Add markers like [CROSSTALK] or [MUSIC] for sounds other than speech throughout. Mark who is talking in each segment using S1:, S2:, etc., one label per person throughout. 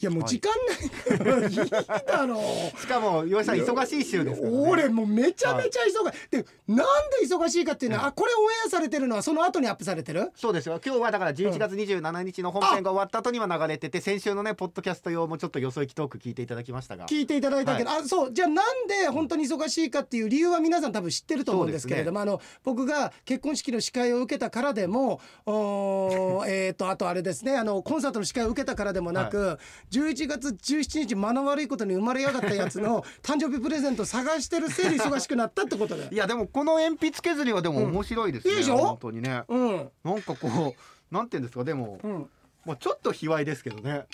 S1: いやもう時間ないからいいだろう。
S2: しかも岩井さん忙しい週ですから、ね、
S1: 俺もうめちゃめちゃ忙しい。でなんで忙しいかっていうのは、あこれオンエアされてるのはその後にアップされてる？
S2: そうですよ今日はだから11月27日の本編が終わった後には流れてて先週のねポッドキャスト用もちょっとよそ行きトーク聞いていただきましたが
S1: 聞いていただいたけど、あそうじゃあなんで本当に忙しいかっていう理由は皆さん多分知ってると思うんですけれども、あの僕が結婚式の司会を受けたからでも、おー [LAUGHS] えっとあとあれですねあのコンサートの司会を受けたからでもなく、11月17日間の悪いことに生まれやがったやつの誕生日プレゼント探してるせいで忙しくなったってことで
S2: い。やでもこの鉛筆削りはでも面白いですね、
S1: いいでしょ
S2: 本当にね
S1: うん。
S2: なんかこうなんていうんですかでも、
S1: うん。
S2: まあ、ちょっと卑猥ですけどね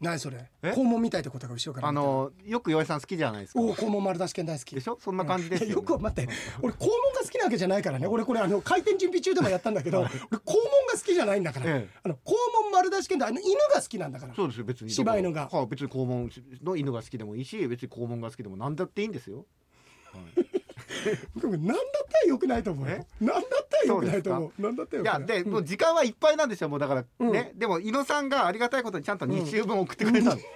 S1: 何それ
S2: え
S1: 肛門みたいってことが後ろから
S2: あのよく岩井さん好きじゃないですか
S1: おお肛門丸出し犬大好き
S2: でしょそんな感じですよ、
S1: い
S2: ね
S1: やよく待って俺肛門が好きなわけじゃないからね俺これあの回転準備中でもやったんだけど俺肛門が好きじゃないんだから、
S2: ええ
S1: あの肛門丸出し犬大あの犬が好きなんだから
S2: そうですよ別に
S1: 柴犬が
S2: はい、別に肛門の犬が好きでもいいし別に肛門が好きでも何だっていいんですよ
S1: なんだったらよくないと思うよなんだったらよくないと思うなんだったら
S2: い
S1: よく
S2: や
S1: ない
S2: でもう時間はいっぱいなんですよもうだからね、でも猪野さんがありがたいことにちゃんと2週分送ってくれたんです、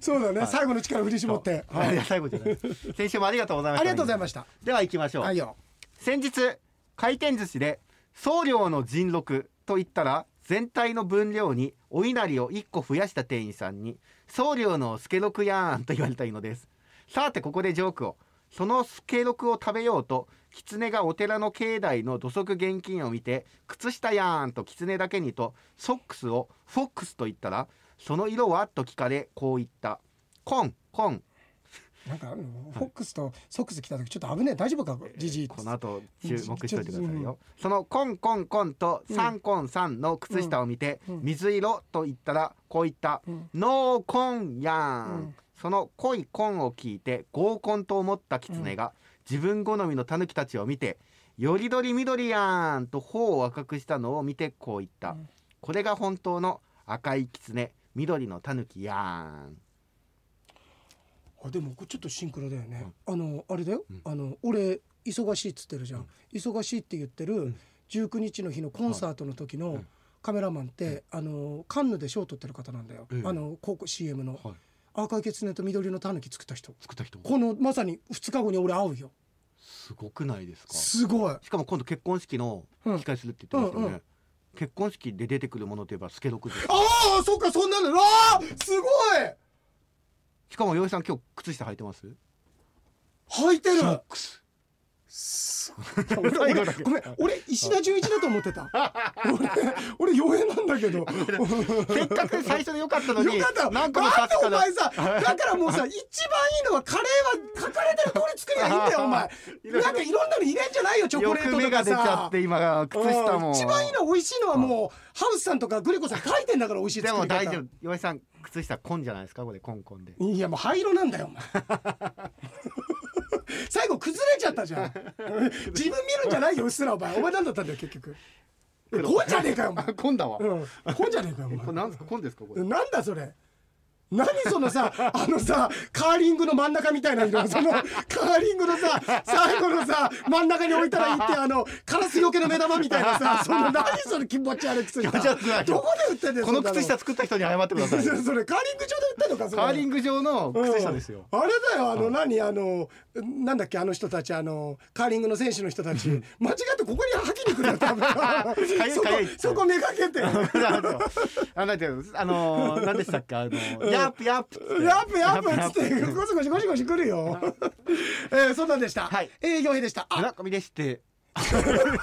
S1: そうだね、最後の力振り絞って、
S2: は、
S1: はいい、
S2: 最後じゃ
S1: [LAUGHS]
S2: [LAUGHS] ないです先週もありがとうございまし
S1: あ
S2: た
S1: りがとうございました
S2: では行きましょう、
S1: はいよ
S2: 先日回転寿司で送料の尽力と言ったら全体の分量にお稲荷を1個増やした店員さんに送料のスケロクやーんと言 [LAUGHS] われたいのですさてここでジョークをそのスケロクを食べようと狐がお寺の境内の土足現金を見て靴下やーんと狐だけにとソックスをフォックスと言ったらその色はと聞かれこう言ったコンコン
S1: なんかあのフォックスとソックス来た時ちょっと危ねえ大丈夫かじじい
S2: この後注目しておいてくださいよ、そのコンコンコンとサンコンサンの靴下を見て、
S1: うんうん
S2: 水色と言ったらこう言った、
S1: うん
S2: ノーコンやーん、
S1: うん
S2: その濃いコンを聞いて合コンと思った狐が、自分好みのタヌキたちを見てよりどり緑やーんと頬を赤くしたのを見てこう言った、
S1: うん
S2: これが本当の赤い狐緑のタヌキやーん
S1: あでもこれちょっとシンクロだよね、あのあれだよ、
S2: ん
S1: あの俺忙しいっつってるじゃん、忙しいって言ってる19日の日のコンサートの時のカメラマンって、あのカンヌで賞を取ってる方なんだよ、
S2: ええ
S1: あの広告 CM の、
S2: はい
S1: 赤いキツネと緑のタヌキ作った人
S2: 作った人
S1: このまさに2日後に俺会うよ
S2: すごくないですか
S1: すごい
S2: しかも今度結婚式の
S1: うん
S2: 司会するって言ってますよ
S1: う
S2: ね、
S1: んうん
S2: 結婚式で出てくるものといえばスケロクです
S1: ああそっかそんなのあーすごい
S2: しかも洋井さん今日靴下履いてます
S1: [LAUGHS] 履いてる
S2: ソックス
S1: す
S2: 最
S1: 俺
S2: 後だ
S1: 俺
S2: け
S1: ごめん俺石田純一だと思って
S2: [LAUGHS]
S1: た俺俺傭兵なんだけど
S2: せっかく最初で良かったのに
S1: よかった
S2: 何個も
S1: な
S2: 買
S1: ん
S2: っ
S1: で
S2: た
S1: お
S2: ら
S1: 前さだからもうさ一番いいのはカレーは書かれてる通り作りゃいいんだよお前
S2: いろいろ
S1: なんかいろんなの入れんじゃないよチョコレート
S2: 欲目
S1: と
S2: が
S1: か
S2: 出ちゃ
S1: さ
S2: って今靴下
S1: う
S2: も
S1: ん一番いいのは美味しいのはもうハウスさんとかグレコさん書いてんだから美味しい
S2: で
S1: 作
S2: も
S1: り方
S2: 大丈夫洋井さん靴下コンじゃないですかこれコンコンで
S1: いやもう灰色なんだよお前最後崩れちゃったじゃん自分見るんじゃないようっすらお前お前なんだったんだよ結局こうじゃねえかよお前
S2: コンだわこ
S1: うんこうじゃねえかよお前
S2: れなんですかコンですかこれ
S1: なんだそれ何そのさ [LAUGHS] あのさカーリングの真ん中みたいな
S2: [LAUGHS]
S1: 色そのカーリングのさ最後のさ真ん中に置いたらいいっ
S2: [LAUGHS]
S1: てあのカラスよけの目玉みたいなさその何それ気持ち悪い靴下
S2: 気持ち悪くない
S1: どこで売ってんだよ
S2: この靴
S1: そんな
S2: 下作った人に謝ってください
S1: [LAUGHS] それそれカーリング場で売ってんのかそれ
S2: [LAUGHS] カーリング場の靴下ですよ
S1: うんあれだよあの何あのなんだっけあの人たちあのカーリングの選手の人たち間違ってここに吐きに来るよ多分
S2: [LAUGHS] かゆい
S1: そこ
S2: かゆいって
S1: そこめがけて
S2: [LAUGHS] あなんていうのあのー何でしたっけあのーヤープヤープっつって
S1: やっぷやっぷっつってゴシゴシゴシゴシ来る
S2: [LAUGHS]
S1: よえー、そんなんでした、
S2: はい
S1: えー、洋平でしたあ
S2: 村上でして。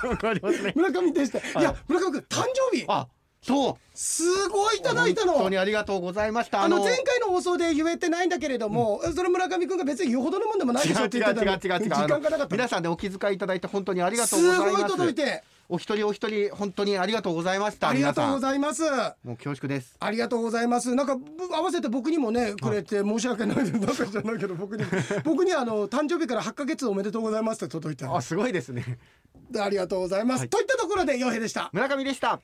S2: わかりますね。
S1: 村上でした、い、や村上君誕生日
S2: あ、そう。
S1: すごいいただいたの
S2: 本当にありがとうございました。
S1: あの前回の放送で言えてないんだけれども、それ村上君が別によほどのもんでもない
S2: 違
S1: でしょっ
S2: う
S1: て
S2: 違
S1: 言って
S2: う
S1: た
S2: 違
S1: の
S2: う違う違
S1: 時
S2: う。
S1: 間がなか
S2: あ
S1: っ
S2: の
S1: た
S2: 皆さんでお気遣いいただいて本当にありがとうございます。
S1: すごい届いて。
S2: お一人お一人本当にありがとうございました。
S1: ありがとうご
S2: い
S1: ざいます
S2: もう恐縮です。
S1: ありがとうございます。なんかぶ合わせて僕にもねくれて申し訳ないです。なんかじゃないけど僕にも僕にあの誕生日から8ヶ月おめでとうございますって届いた。
S2: あ、すごいですね。
S1: ありがとうございます。
S2: はい
S1: といったところで洋平でした。
S2: 村上でした。